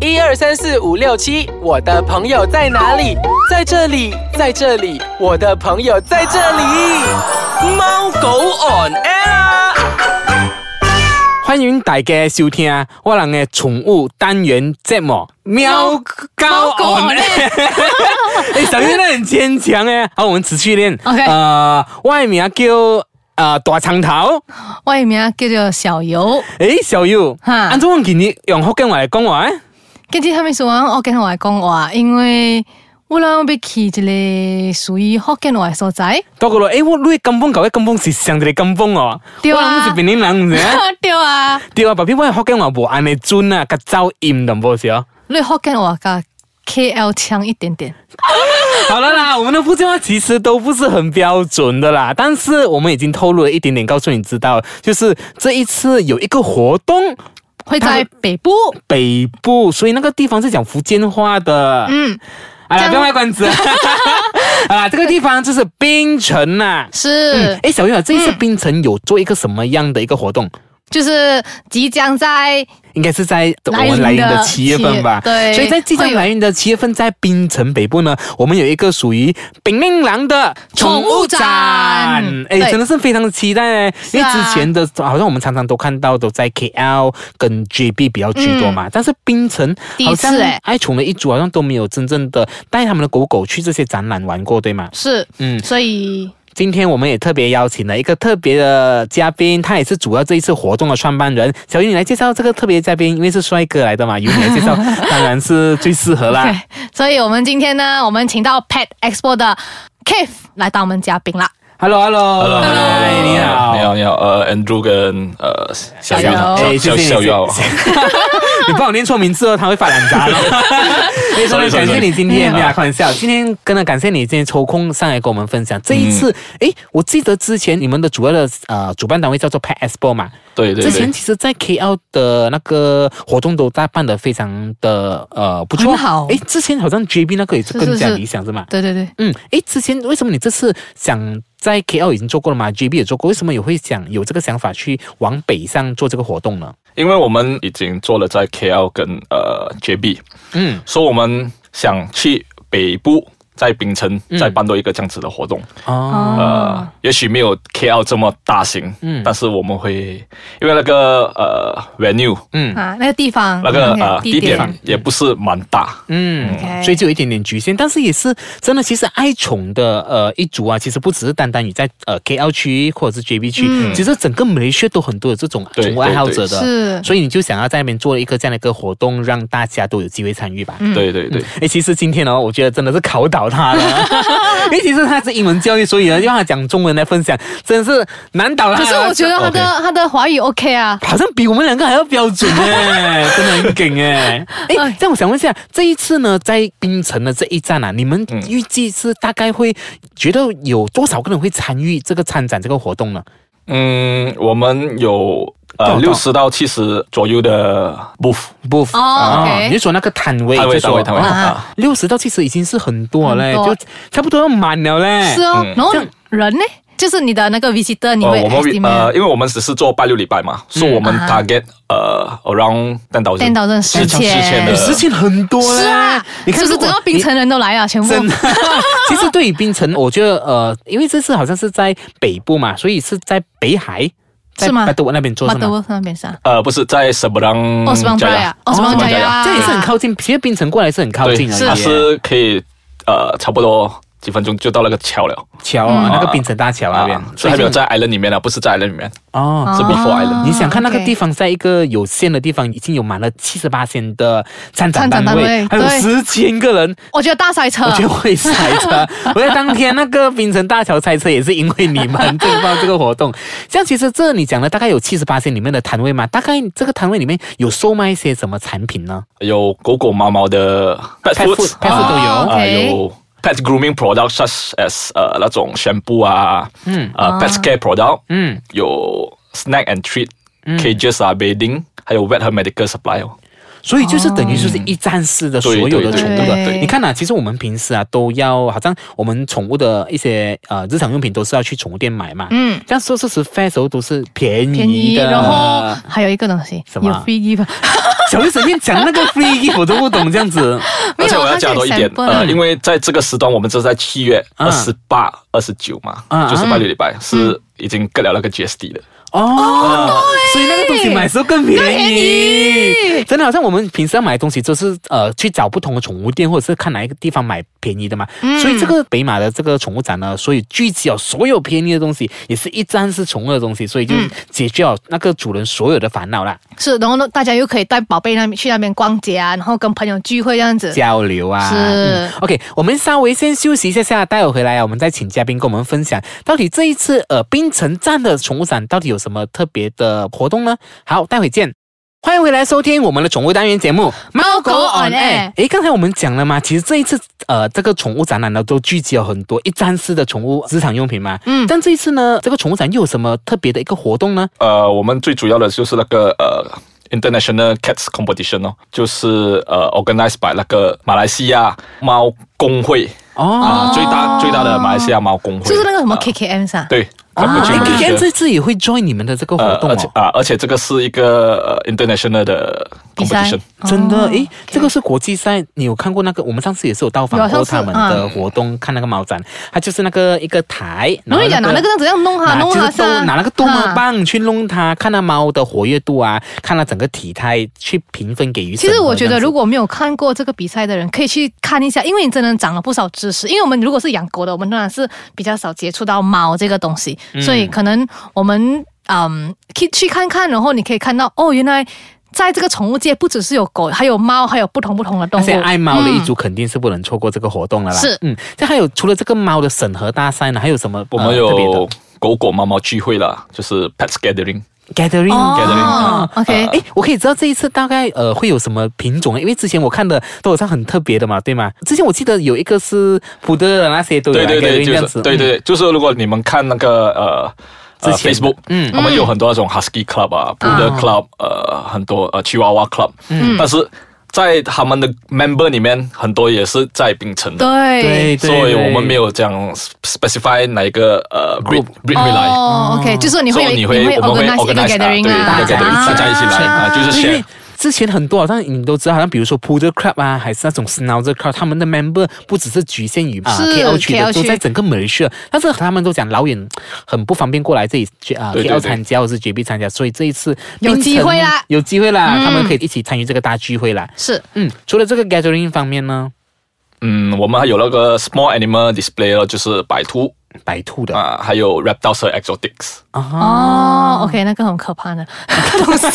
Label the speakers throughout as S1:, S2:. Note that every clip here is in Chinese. S1: 一二三四五六七，我的朋友在哪里？在这里，在这里，我的朋友在这里。
S2: 猫狗 on air 啊！
S3: 欢迎大家收听我人的宠物单元节目《喵
S4: 猫
S3: 高
S4: 狗
S3: 昂》
S4: 好。 累，
S3: 哎，小月那很坚强哎。好，我们持续练。
S4: OK
S3: 呃，外名叫呃大长头。
S4: 我的名叫做小游。
S3: 诶，小友，
S4: 哈
S3: 安怎今日用福建话来讲话？
S4: 今日他们说我跟我讲话，因为我人要去一个属于福建话的所在。
S3: 多过咯，诶，我你金峰搞嘅金峰是上一个金峰哦，
S4: 对啊
S3: 我人是闽南人唔是啊？
S4: 对啊，
S3: 对啊，爸比我的福建话无安尼准啊，甲走音都无哦少。
S4: 你福建话加 KL 强一点点。
S3: 好了啦，我们的福建话其实都不是很标准的啦，但是我们已经透露了一点点，告诉你知道，就是这一次有一个活动，
S4: 会在北部，
S3: 北部，所以那个地方是讲福建话的。
S4: 嗯，
S3: 好啦，
S4: 这样
S3: 不要卖关 子。好啦，这个地方就是槟城呐、
S4: 是，嗯
S3: 诶，小月啊，这一次槟城有做一个什么样的一个活动？
S4: 就是即将在
S3: 应该是在我
S4: 来临
S3: 们
S4: 的
S3: 来临的七月份吧。
S4: 七月对哎
S3: 所以在即将来临的七月份，在槟城北部呢，我们有一个属于槟榔郎的宠物展
S4: 宠物展，
S3: 哎，
S4: 对
S3: 真的是非常期待哎，因为
S4: 啊
S3: 之前的好像我们常常都看到都在 KL 跟 JB 比较居多嘛，但是槟城
S4: 嗯第一
S3: 好
S4: 次
S3: 像
S4: 哎
S3: 爱宠的一族好像都没有真正的带他们的狗狗去这些展览玩过，对吗？
S4: 是，
S3: 嗯
S4: 所以
S3: 今天我们也特别邀请了一个特别的嘉宾，他也是主要这一次活动的创办人。小云，你来介绍这个特别嘉宾，因为是帅哥来的嘛，由你来介绍，当然是最适合啦。
S4: 对， 所以我们今天呢，我们请到 Pet Expo 的 Kev 来当我们嘉宾啦。
S3: Hello，Hello，嗨，
S2: 嗨
S3: 你好，
S2: 你好，，你好，呃，Andrew 跟呃小鱼，
S4: Hello
S3: 哎谢谢
S2: 小小
S3: 你
S2: 小啊鱼好，
S3: 你帮我念错名字哦，他会发烂渣 了。哎所以
S2: Sorry，sorry，
S3: 感谢
S2: sorry
S3: 你今天没有开玩笑，今天真的感谢你今天抽空上来跟我们分享。这一次，哎、我记得之前你们的主要的呃主办单位叫做 Pet Expo 嘛，
S2: 对对
S3: 之前
S2: 对，
S3: 其实，在 KL 的那个活动都在办的非常的呃不错，
S4: 很好
S3: 诶，之前好像 JB 那个也是
S4: 是
S3: 更加
S4: 是是
S3: 理想是吗？
S4: 对对对，
S3: 嗯，诶，之前为什么你这次想在 KL 已经做过了嘛？JB 也做过，为什么也会想有这个想法去往北上做这个活动呢？
S2: 因为我们已经做了在 KL 跟呃 JB，
S3: 嗯，
S2: 所以我们想去北部，在槟城再办多一个这样子的活动，
S3: 哦，
S4: 哦
S2: 呃，，也许没有 KL 这么大型，
S3: 嗯
S2: 但是我们会因为那个呃 venue
S3: 嗯
S4: 啊，那个地方，
S2: 那个
S4: OK，
S2: 呃地点
S4: 点，
S2: 也不是蛮大，
S3: 嗯
S4: OK
S3: 所以就有一点点局限，但是也是真的。其实爱宠的呃一族啊，其实不只是单单你在呃 KL 区或者是 JB 区，
S4: 嗯
S3: 其实整个马来西亚都很多有这种
S2: 对
S3: 宠物爱好者的，
S4: 是
S3: 所以你就想要在那边做一个这样的一个活动，让大家都有机会参与
S4: 嗯
S3: 吧。
S2: 对对对，
S3: 哎，其实今天呢，我觉得真的是考倒他了， 因为其实他是英文教育，所以呢，让他讲中文来分享，真的是难倒他
S4: 可
S3: 了。
S4: 是我觉得他的他的华语 OK 啊，
S3: 好像比我们两个还要标准哎、 真的很梗哎、哎
S4: 哎，
S3: 这样我想问一下，这一次呢，在槟城的这一站啊，你们
S2: 嗯
S3: 预计是大概会觉得有多少个人会参与这个参展这个活动呢？
S2: 嗯，我们有呃
S3: 找到
S2: 六十到七十左右的 booth，
S3: 不，
S4: 哦，OK
S3: 啊你就说那个摊位，
S2: 摊位
S3: 就说
S2: 摊位摊位啊，
S3: 六十到七十已经是很多嘞，
S4: 很多
S3: 就差不多要满了嘞。
S4: 是哦，
S2: 嗯
S4: 然后
S3: 这样
S4: 人呢，就是你的那个 visitor，你
S2: 呃，
S4: 会
S2: 我们
S4: estimate
S2: 呃，因为我们只是做拜六礼拜嘛，所以我们
S4: 啊
S2: target 呃 around ten thousand
S4: 10,000 10,000
S2: 十千
S3: 有
S2: 的
S4: 呃
S3: 事情哎很多嘞。
S4: 是啊，
S3: 你看
S4: 是
S3: 如
S4: 不是
S3: 果
S4: 整个槟城人都来啊？ 全部
S3: 真的， 其实对于槟城，我觉得呃，因为这次好像是在北部嘛，所以是在北海，在
S4: 是吗
S3: 巴德那边做
S4: 马
S3: 是
S4: 德
S3: 吗？
S4: 沃那边是啊，
S2: 呃，不是在 s e b r a n
S4: 哦，斯邦加呀，哦，斯邦加呀，
S3: 这也是很靠近，其实槟城过来是很哦靠
S2: 对
S3: 近，
S2: 它
S3: 而已耶。
S2: 是可以呃，差不多几分钟就到那个桥了
S3: 桥
S4: 嗯
S3: 啊，那个槟城大桥那边
S2: 啊，，所以还没有在 island 里面啊呢，不是在 island 里面，
S3: 哦。
S2: 是 before island。
S3: 你想看那个
S4: OK
S3: 地方，在一个有限的地方，已经有满了七十八线的参展
S4: 参展
S3: 单
S4: 单
S3: 位，
S4: 位
S3: 还有
S4: 对
S3: 十千个人，
S4: 我觉得大塞车
S3: 我，就会塞 车。我在当天那个槟城大桥塞车也是因为你们这个报这个 活动。像其实这你讲的大概有七十八里面的摊位嘛，大概这个摊位里面有售卖一些什么产品呢？
S2: 有狗狗、猫猫的 pet
S3: Pet
S2: food，
S3: food，pet food 都有
S2: 啊、
S4: OK
S2: 有 pet grooming product such as 呃那种宣布啊，
S3: 嗯
S2: 呃、pet care product，
S3: 嗯，
S2: 有 snack and treat cages 啊、bedding，还有 vet 和 medical supply 哦。
S3: 所以就是等于就是一站式的所有的宠物
S4: 哦对对对
S3: 的
S4: 对。
S3: 你看啊，其实我们平时啊都要，好像我们宠物的一些呃日常用品都是要去宠物店买嘛。
S4: 嗯，
S3: 这样说事实，飞手都是便
S4: 便宜。
S3: 宜的。
S4: 然后还有一个东西，
S3: 什么
S4: 有 free gift，
S3: 小鱼随便讲那个 free gift 我都不懂这样子。
S4: 没
S2: 而
S4: 有
S2: 且我要加多一点，
S4: 它是 sample 的
S2: 呃，因为在这个时段，我们这是在七月
S3: 嗯
S2: 二十八、二十九嘛，
S3: 嗯
S2: 就上半个礼拜是已经割了那个 GST 的。
S3: 哦，所以那个东西买的时候更便
S4: 更
S3: 宜，
S4: 便宜
S3: 真的好像我们平时要买东西，就是呃去找不同的宠物店，或者是看哪一个地方买便宜的嘛。
S4: 嗯
S3: 所以这个北马的这个宠物展呢，所以聚集了所有便宜的东西，也是一站式宠物的东西，所以就
S4: 嗯
S3: 解决了那个主人所有的烦恼啦，
S4: 是，然后呢，大家又可以带宝贝那边去那边逛街啊，然后跟朋友聚会这样子。
S3: 交流啊。
S4: 是
S3: OK，我们稍微先休息一下下，待会回来啊，我们再请嘉宾跟我们分享，到底这一次呃槟城站的宠物展到底有什么特别的活动呢？好，待会见。欢迎回来收听我们的宠物单元节目《
S4: 猫狗 on air
S3: 诶，刚才我们讲了嘛，其实这一次呃，这个宠物展览呢，都聚集了很多一站式的宠物日常用品嘛。
S4: 嗯
S3: 但这一次呢，这个宠物展又有什么特别的一个活动呢？
S2: 呃，我们最主要的就是那个呃。International Cats Competition 哦，就是呃，organized by 那个马来西亚猫工会
S3: 哦，
S2: 啊、最大最大的马来西亚猫工会，
S4: 就是那个什么
S2: 啊
S4: KKM 上，
S2: 对，
S3: 啊
S2: Kapuchi
S3: 诶
S2: Malaysia
S3: ，KKN 这次也会 join 你们的这个活
S2: 呃，
S3: 动
S2: 而且
S3: 哦。
S2: 啊，而且这个是一个呃 international 的
S4: 比赛
S2: competition，
S3: 真的，诶，这个
S4: 是
S3: 是国际赛，你有看过那个？我们上次也是有到访
S4: 有上
S3: 过
S4: 次
S3: 他
S4: 嗯
S3: 们的活动，看那个猫展，它就是那个一个台，
S4: 然后你讲拿那个这样子这样弄它，
S3: 拿
S4: 弄
S3: 就
S4: 它
S3: 是逗
S4: 上，
S3: 拿那个逗猫
S4: 啊。
S3: 棒去弄它，看它猫的活跃度啊，看它整个体态去评分给予审
S4: 其
S3: 核这样子。
S4: 实我觉得，如果没有看过这个比赛的人，可以去看一下，因为你真的长了不少知识。因为我们如果是养狗的，我们当然是比较少接触到猫这个东西，所以可能我们嗯去去看看，然后你可以看到哦，原来在这个宠物界不只是有狗，还有猫，还有不同不同的动
S3: 那
S4: 物
S3: 些。爱猫的一族肯定是不能错过这个活动了啦。
S4: 嗯是
S3: 嗯，这还有除了这个猫的审核大赛呢，还有什么？
S2: 我们
S3: 呃特别的
S2: 有狗狗猫猫聚会啦，就是 pets gathering。
S3: gathering
S4: 哦
S2: gathering，
S4: ，OK，
S3: 哎，我可以知道这一次大概呃会有什么品种？因为之前我看的都有像很特别的嘛，对吗？之前我记得有一个是普的那些都有
S2: 对对
S3: 来
S2: 对，
S3: gathering 这
S2: 就
S3: 样
S2: 是
S3: 子，
S2: 对对，对就是如果你们看那个呃。呃
S3: 嗯之前的
S2: ，Facebook，嗯，我们有很多那种 Husky Club 啊，Poodle Club，呃，很多呃吉娃娃 Club，嗯，但是在他们的 member 里面，很多也是在槟城的，
S4: 对
S3: 对，对，
S2: 所以我们没
S3: 有。
S2: 有讲 specify 哪一个呃 breed breed 会来，
S4: 哦，OK，就是你
S2: 所
S4: 会
S2: 以你
S4: 你
S2: 会我们
S4: organize 一个
S2: 会 organize 啊对
S4: gathering 啊，
S2: 对 gathering，
S4: 啊
S2: 大家一起来啊，就是
S3: 因
S2: share
S3: 为。之前很多好像你都知道，好像比如说 Poodle Club 啊，还是那种 Schnauzer Club，他们的 member 不只是局限于啊
S4: 嗯是
S3: KL 区
S4: KL
S3: 的，
S4: 区
S3: 都在整个 Malaysia。但是他们都讲老远很不方便过来这里去啊
S2: 对对
S3: KL
S2: 对
S3: 参加或是 JB 参加，所以这一次槟
S4: 有
S3: 城
S4: 机会啦
S3: 有机会啦，
S4: 嗯
S3: 他们可以一起参与这个大聚会啦。
S4: 是
S3: 嗯，除了这个 gathering 方面呢，
S2: 嗯，我们还有那个 small animal display 咯，就是白兔
S3: 白兔的
S2: 啊，还有 reptiles 和 exotics，
S3: 啊，
S4: 哦，OK，那个很可怕的 东西，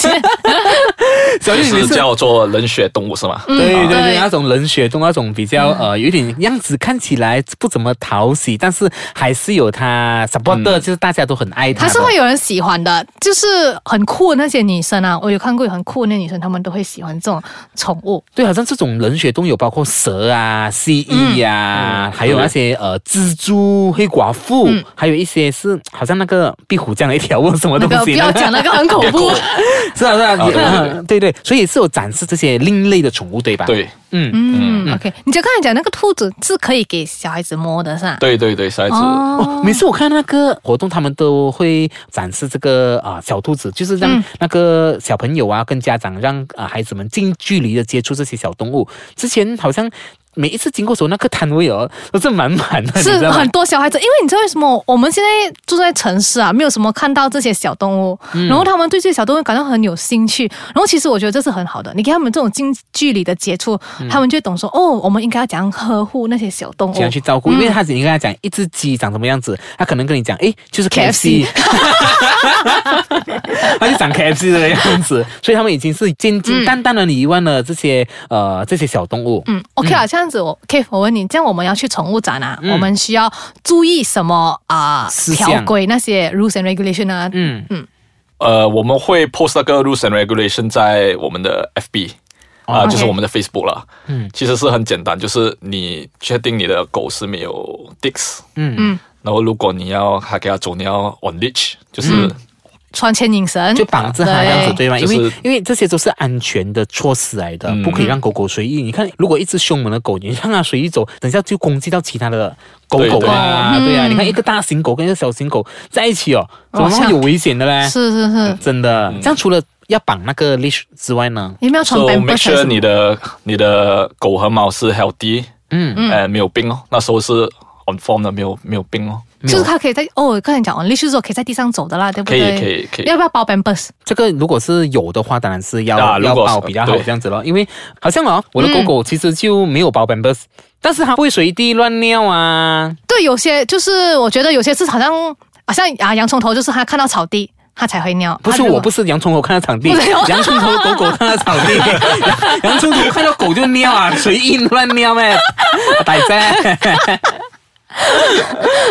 S3: 小
S2: 就
S3: 玉你是
S2: 是叫做冷血动物是吗？
S4: 嗯
S3: 对对对，
S4: 对嗯
S3: 那种冷血动，那种比较呃，有点样子看起来不怎么讨喜，但是还是有它 support 的，就是大家都很爱它
S4: 还
S3: 的。
S4: 是会有人喜欢的，就是很酷的那些女生啊，我有看过有很酷的那女生，她们都会喜欢这种宠物。
S3: 对，好像这种冷血动物有包括蛇
S4: 嗯
S3: 啊、蜥蜴呀，还有那些呃蜘蛛、黑寡妇，
S4: 嗯
S3: 还有一些是好像那个壁虎这样的一条，问什么
S4: 那
S3: 哦东
S4: 个不
S3: 西
S4: 要
S3: 呢？
S4: 讲那个很恐怖，
S3: 是啊是啊，
S2: 对对
S3: 嗯对对，所以是有展示这些另类的宠物，对吧？，
S2: 对
S3: 嗯。
S4: 嗯，OK，你就刚才讲那个兔子是可以给小孩子摸的，是吧？
S2: 对对对，小孩子。
S4: 哦，
S3: 每次我看那个活动，他们都会展示这个啊、小兔子，就是
S4: 嗯
S3: 让那个小朋友啊、跟家长让啊、孩子们近距离的接触这些小动物。之前好像每一次经过的时候，那个摊位哦都是满满的，你知
S4: 是
S3: 道吗
S4: 很？多小孩子，因为你知道为什么我们现在住在城市啊，没有什么看到这些小动物，
S3: 嗯
S4: 然后他们对这些小动物感到很有兴趣，然后其实我觉得这是很好的，你给他们这种近距离的接触，他们就会懂说哦，我们应该要怎样呵护那些小动
S3: 嗯
S4: 物
S3: 怎，样去照
S4: 嗯
S3: 顾？因为他只应该讲一只鸡长什么样子，他可能跟你讲，诶，就是
S4: KFC
S3: KFC，他 就长 KFC 的样子，所以他们已经是渐渐淡淡的遗忘了这些呃这些小动物。
S4: 嗯，OK 啦，这样子我 K，我问你，这样我们要去宠物展啊，我们需要注意什么啊、
S3: 嗯事项
S4: 条规那些 rules and regulation 啊？
S3: 嗯
S2: 呃，我们会 post 那个 rules and regulation 在我们的 FB。啊、就是
S4: OK
S2: 我们的 Facebook 了。嗯，其实是很简单，就是你确定你的狗是没有 dicks，
S3: 嗯
S4: 嗯，
S2: 然后如果你要还给它走，你要 on leash，就是
S4: 穿牵引绳，
S3: 就绑着它
S4: 对
S3: 这样子，对吗？因
S2: 嗯就
S3: 为、
S2: 是
S3: 因为这些都是安全的措施来的，
S2: 嗯
S3: 不可以让狗狗随意。你看，如果一只凶猛的狗，你让它随意走，等一下就攻击到其他的狗狗
S2: 对对
S3: 啊，
S4: 嗯
S3: 对啊。你看一个大型狗跟一个小型狗在一起哦，怎么
S4: 哦像
S3: 会有危险的嘞？
S4: 是是是，
S3: 真的。
S2: 嗯
S3: 这样除了要绑那个 leash 之外呢，
S4: 你们要穿
S2: So
S4: bamboo
S2: make
S4: 才
S2: sure
S4: 是
S2: 你的你的狗和猫是 healthy，
S3: 嗯
S2: 嗯，呃，没有病哦。那时候是 on form 的，没有没有病哦。
S4: 就是它可以在哦，我刚才讲哦，你是说可以在地上走的啦，对不
S2: 可以
S4: 对？
S2: 可以可以
S4: 要不要包 bambus？
S3: 这个如果是有的话，当然是要、要
S2: 啊如果是
S3: 包比较好
S2: 对嗯
S3: 这样子咯。因为好像哦，我的狗狗其实就没有包 b a m b u s 但是它会随地乱尿啊。
S4: 对，有些就是我觉得有些是好像好像啊洋葱头，就是它看到草地它才会尿。
S3: 不是，
S4: 它如果
S3: 我不是洋葱头看到场地
S4: 不是，
S3: 洋葱头狗 狗看到场地，洋洋葱头看到狗就尿啊，随意乱尿咩，大仔。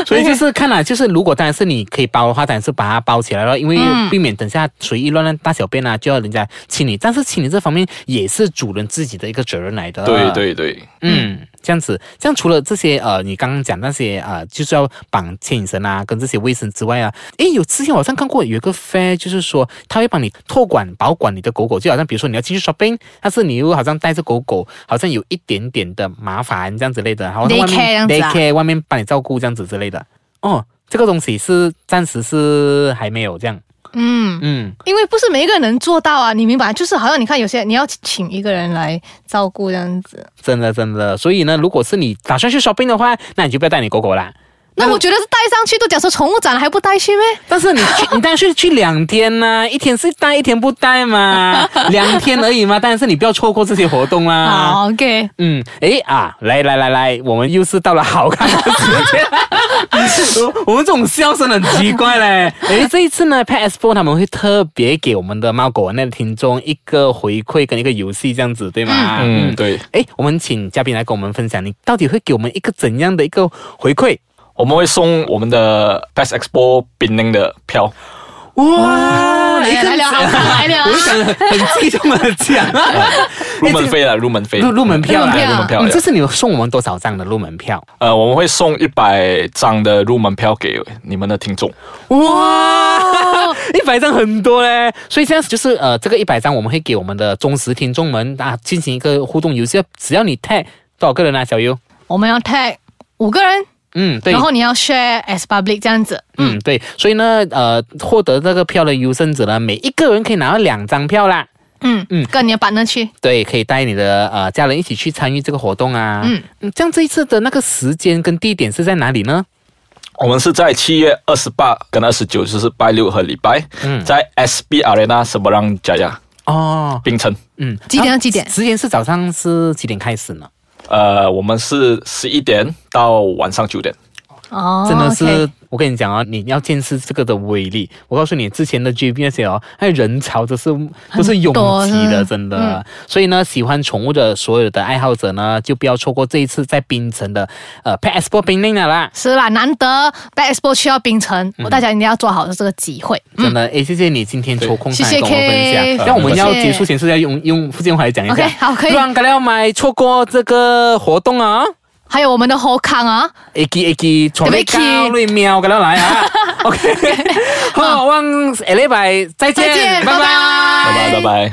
S3: 所以就是看啦，就是如果当然是你可以包的话，当然是把它包起来了，因为
S4: 嗯
S3: 避免等下随意乱乱大小便啊，就要人家清理。但是清理这方面也是主人自己的一个责任来的。啊
S2: 对，对对，
S3: 嗯，这样子，这样除了这些呃，你刚刚讲那些呃，就是要绑牵引绳啊，跟这些卫生之外啊，诶，有之前我好像看过有一个 fair，就是说他会帮你托管保管你的狗狗，就好像比如说你要进去 shopping，但是你又好像带着狗狗，好像有一点点的麻烦这样之类的，然后在外
S4: 嗯 Daycare 这样
S3: 面
S4: 子啊
S3: daycare 外面帮你照顾这样子之类的。哦，这个东西是暂时是还没有这样，
S4: 嗯，
S3: 嗯。
S4: 因为不是每一个人能做到啊，你明白？就是好像你看有些你要请一个人来照顾这样子。
S3: 真的，真的，所以呢，如果是你打算去 shopping 的话，那你就不要带你狗狗啦。
S4: 那我觉得是带上去都讲说宠物展了还不带去咩？
S3: 但是你去，你当然是去两天呐、一天是带，一天不带嘛，两天而已嘛。当然是你不要错过这些活动啦、
S4: 好，OK，啊
S3: 嗯，诶啊，来来来来，我们又是到了好看的时间。我我们这种笑声很奇怪嘞。诶，这一次呢，Pet Expo 他们会特别给我们的猫狗那听众一个回馈跟一个游戏，这样子对吗？
S2: 嗯，对。
S3: 诶，我们请嘉宾来跟我们分享，你到底会给我们一个怎样的一个回馈？
S2: 我们会送我们的 Best Expo 槟榔的票，
S3: 哇，
S4: 哎来来聊好看，来啊聊
S3: 我。就想很激动的讲，
S2: 入门费了，入门费，
S3: 哎入入门票
S4: 入
S3: 啦，
S4: 门票
S2: 入门票
S3: 嗯
S2: 呀
S3: 这是你们送我们多少张的入门票？
S2: 呃，我们会送一百张的入门票给你们的听众。
S3: 哇，一百张很多嘞！所以现在就是呃，这个一百张我们会给我们的忠实听众们啊进行一个互动游戏，只要你 tag 多少个人啊，小优？
S4: 我们要 tag 五个人，
S3: 嗯，对
S4: 然。后你要 share as public 这样子。嗯，
S3: 嗯，对，所以呢，呃，获得这个票的优胜者呢，每一个人可以拿到两张票啦。
S4: 嗯
S3: 嗯
S4: 嗯，跟你的 partner 去。
S3: 对，可以带你的呃家人一起去参与这个活动啊。
S4: 嗯
S3: 嗯，这样这一次的那个时间跟地点是在哪里呢？
S2: 我们是在七月二十八跟二十九，就是拜六和礼拜，
S3: 嗯
S2: 在 SB Arena Seberang Jaya
S3: 哦，
S2: 槟城。
S3: 嗯，
S4: 几点到
S3: 啊
S4: 几点
S3: 时间是早上是几点开始呢？
S2: 呃，我们是十一点到晚上九点。
S4: 哦，
S3: 真的
S4: OK
S3: 是，我跟你讲啊，你要见识这个的威力。我告诉你，之前的 GB 那些哦，那人潮都是都是拥挤的，
S4: 很多嗯
S3: 真的。所以呢，喜欢宠物的所有的爱好者呢，就不要错过这一次在槟城的呃 Pet Expo 槟榔了啦。
S4: 是啦，难得 Back Expo 去到槟城，大家一定要做好这个机会。
S3: 真的，诶，谢谢你今天抽空上来
S4: 嗯对
S3: 跟我们分
S4: 谢谢
S3: 享。
S4: K
S3: 那我们要
S4: 谢谢
S3: 结束前是要用用福建话来讲一下。
S4: OK，好可以
S3: 让大家买错过这个活动啊、
S4: 还有我们的侯康啊，
S3: A G A G，从你高瑞喵跟他来 啊，OK，好，我们下礼拜再
S4: 再
S3: 见，
S4: 见，
S3: 拜
S4: 拜
S3: 拜。
S2: 拜拜拜拜。